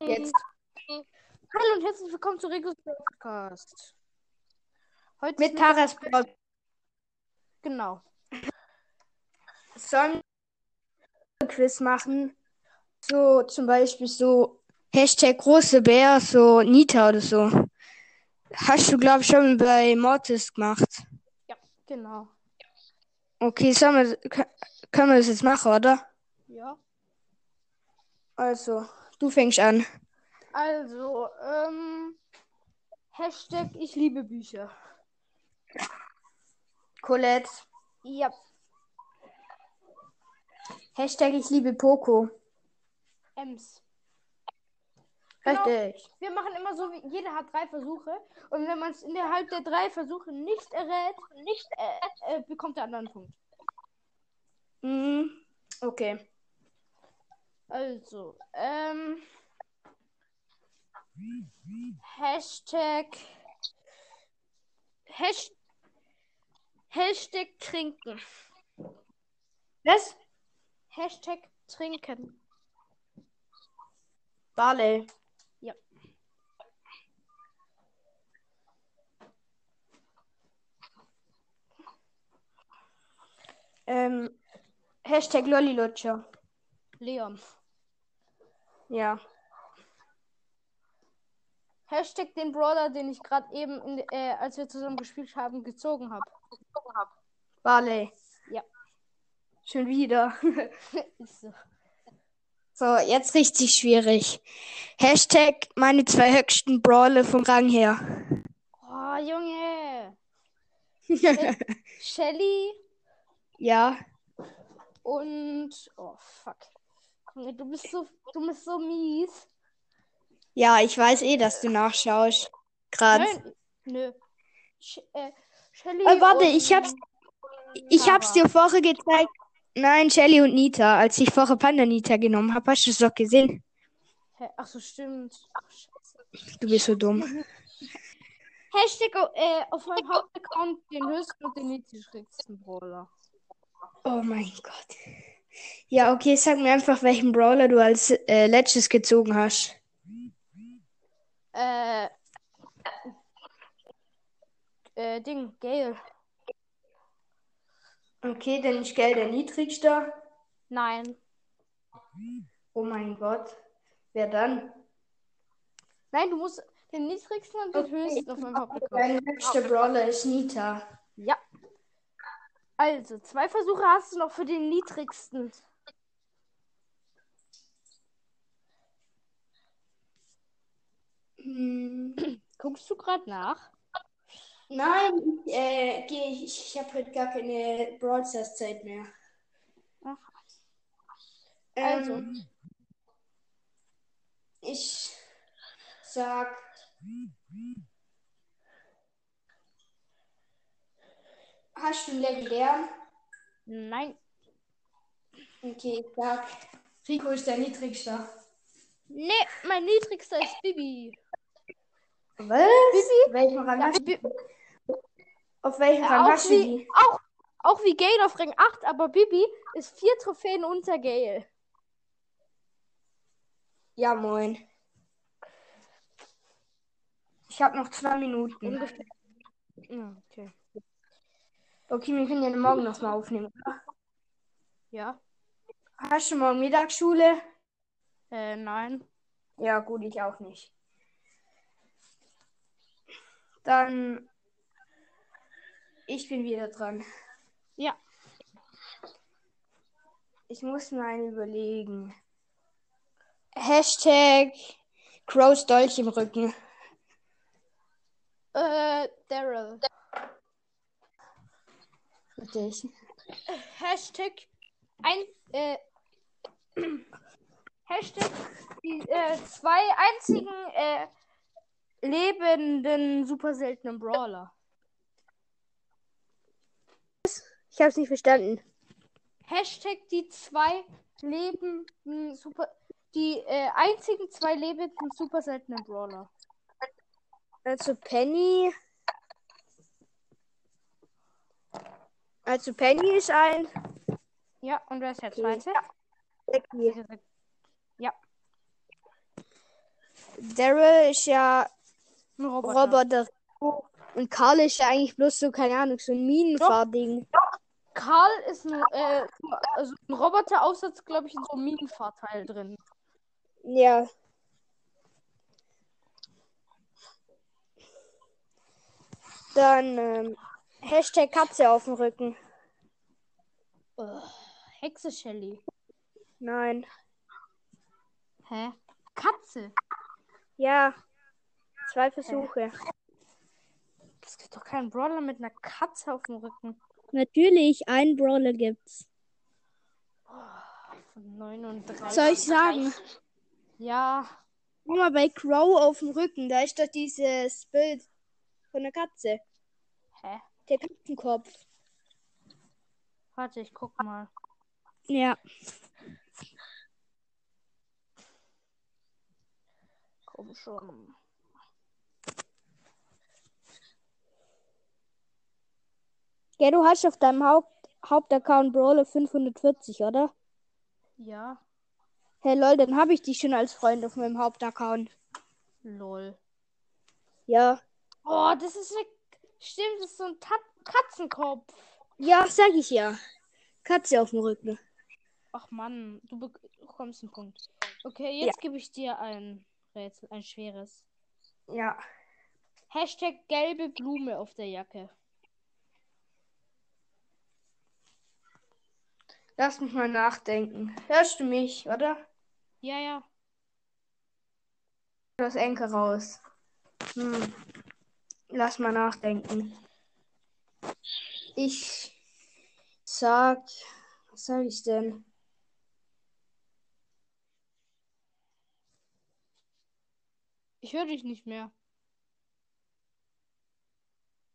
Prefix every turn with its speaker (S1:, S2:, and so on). S1: Jetzt. Hallo und herzlich willkommen zu Rico's Podcast. Heute
S2: Mit
S1: sind-
S2: Taras Brawl.
S1: Genau.
S2: Sollen wir ein Quiz machen? So zum Beispiel so Hashtag große Bär, so Nita oder so. Hast du, glaube ich, schon bei Mortis gemacht.
S1: Genau.
S2: Okay, sollen wir, kö- können wir das jetzt machen, oder?
S1: Ja.
S2: Also, du fängst an.
S1: Also, ähm. Hashtag ich liebe Bücher.
S2: Colette.
S1: Ja.
S2: Hashtag ich liebe Poco.
S1: Ems. Genau.
S2: Richtig.
S1: Wir machen immer so, wie jeder hat drei Versuche. Und wenn man es innerhalb der drei Versuche nicht errät, nicht äh, äh, bekommt der anderen Punkt.
S2: Mhm. Okay.
S1: Also, ähm. Hashtag. Hash, Hashtag trinken.
S2: Was?
S1: Hashtag trinken.
S2: Barley.
S1: Ja.
S2: Ähm, Hashtag Lollilutscher.
S1: Leon.
S2: Ja.
S1: Hashtag den Brawler, den ich gerade eben, in, äh, als wir zusammen gespielt haben, gezogen habe.
S2: Barley.
S1: Ja.
S2: Schon wieder.
S1: Ist so.
S2: So, jetzt richtig schwierig. Hashtag meine zwei höchsten Brawler vom Rang her.
S1: Oh, Junge. Shelly
S2: ja.
S1: und. Oh, fuck. Junge, du bist so, du bist so mies.
S2: Ja, ich weiß eh, dass du nachschaust. Gerade.
S1: Nein, nö. Sh äh, Shelly.
S2: Oh, warte,
S1: und
S2: ich hab's- Ich hab's dir vorher gezeigt. Nein, Shelly und Nita. Als ich vorher Panda Nita genommen habe, hast du es doch gesehen.
S1: Hä, Ach so, stimmt. Ach, scheiße.
S2: Du bist so dumm.
S1: Hashtag äh, auf meinem Hauptaccount den höchsten und den niedrigsten Brawler.
S2: Oh mein Gott. Ja, okay, sag mir einfach, welchen Brawler du als äh, letztes gezogen hast.
S1: Äh. Äh, Ding, Gale.
S2: Okay, dann ist Geld der niedrigste.
S1: Nein.
S2: Oh mein Gott. Wer dann?
S1: Nein, du musst den niedrigsten und den höchsten auf meinem Hauptaccount.
S2: Dein höchster Brawler ist Nita.
S1: Ja. Also, zwei Versuche hast du noch für den niedrigsten.
S2: Hm.
S1: Guckst du gerade nach?
S2: Nein, ich, äh, geh, ich, ich habe heute gar keine Brawl Stars Zeit mehr.
S1: Ach.
S2: Also.
S1: Also.
S2: ich sag. Hast du einen legendären?
S1: Nein.
S2: Okay, ich sag. Rico ist der niedrigste.
S1: Nee, mein niedrigster ist Bibi.
S2: Was? Welchen Rang
S1: Ja,
S2: hast
S1: Bi
S2: Auf welchen
S1: Ja,
S2: Rang
S1: auch
S2: hast du
S1: wie-
S2: die?
S1: auch, auch wie Gale auf Rang 8, aber Bibi ist vier Trophäen unter Gale.
S2: Ja, moin. Ich habe noch zwei Minuten.
S1: Ungefähr. Ja, Hm, okay.
S2: Okay, wir können ja morgen nochmal aufnehmen.
S1: Ja.
S2: Hast du morgen Mittagsschule?
S1: Äh, nein.
S2: Ja, gut, ich auch nicht. Dann. Ich bin wieder dran.
S1: Ja.
S2: Ich muss mir einen überlegen. Hashtag Crows Dolch im Rücken.
S1: Äh, Daryl.
S2: Richtig.
S1: Hashtag ein, äh, Hashtag die äh, zwei einzigen äh, lebenden super seltenen Brawler.
S2: Ich hab's nicht verstanden.
S1: Hashtag die zwei lebenden super die äh, einzigen zwei lebenden super seltenen Brawler.
S2: Also Penny. Also Penny ist ein.
S1: Ja, und wer ist der
S2: Okay.
S1: zweite?
S2: Jackie.
S1: Ja.
S2: Daryl ist ja
S1: Ein
S2: ein
S1: Roboter.
S2: Roboter. Und Carl ist ja eigentlich bloß so, keine Ahnung, so ein Minenfahrding.
S1: Karl ist ein, äh, also ein Roboteraufsatz, glaube ich, in so einem Minenfahrteil drin.
S2: Ja. Dann ähm, Hashtag Katze auf dem Rücken.
S1: Ugh. Hexe Shelly.
S2: Nein.
S1: Hä? Katze?
S2: Ja. Zwei Versuche.
S1: Es gibt doch keinen Brawler mit einer Katze auf dem Rücken.
S3: Natürlich, ein Brawler gibt's.
S1: Von 39.
S2: Soll ich sagen?
S1: Ja.
S2: Guck mal bei Crow auf dem Rücken, da ist doch dieses Bild von der Katze.
S1: Hä?
S2: Der Katzenkopf.
S1: Warte, ich guck mal.
S3: Ja.
S1: Komm schon.
S3: Ja, du hast auf deinem Haupt Hauptaccount Brawler 540, oder?
S1: Ja.
S2: Hey lol, dann habe ich dich schon als Freund auf meinem Hauptaccount.
S1: Lol.
S2: Ja.
S1: Oh, das ist eine. Stimmt, das ist so ein Ta Katzenkopf.
S2: Ja, sag ich ja. Katze auf dem Rücken.
S1: Ach Mann, du bek- bekommst einen Punkt. Okay, jetzt gebe ich dir ein Rätsel, ein schweres.
S2: Ja.
S1: Hashtag gelbe Blume auf der Jacke.
S2: Lass mich mal nachdenken. Hörst du mich, oder?
S1: Ja, ja.
S2: Das Enke raus. Hm. Lass mal nachdenken. Ich sag, was sag ich denn?
S1: Ich höre dich nicht mehr.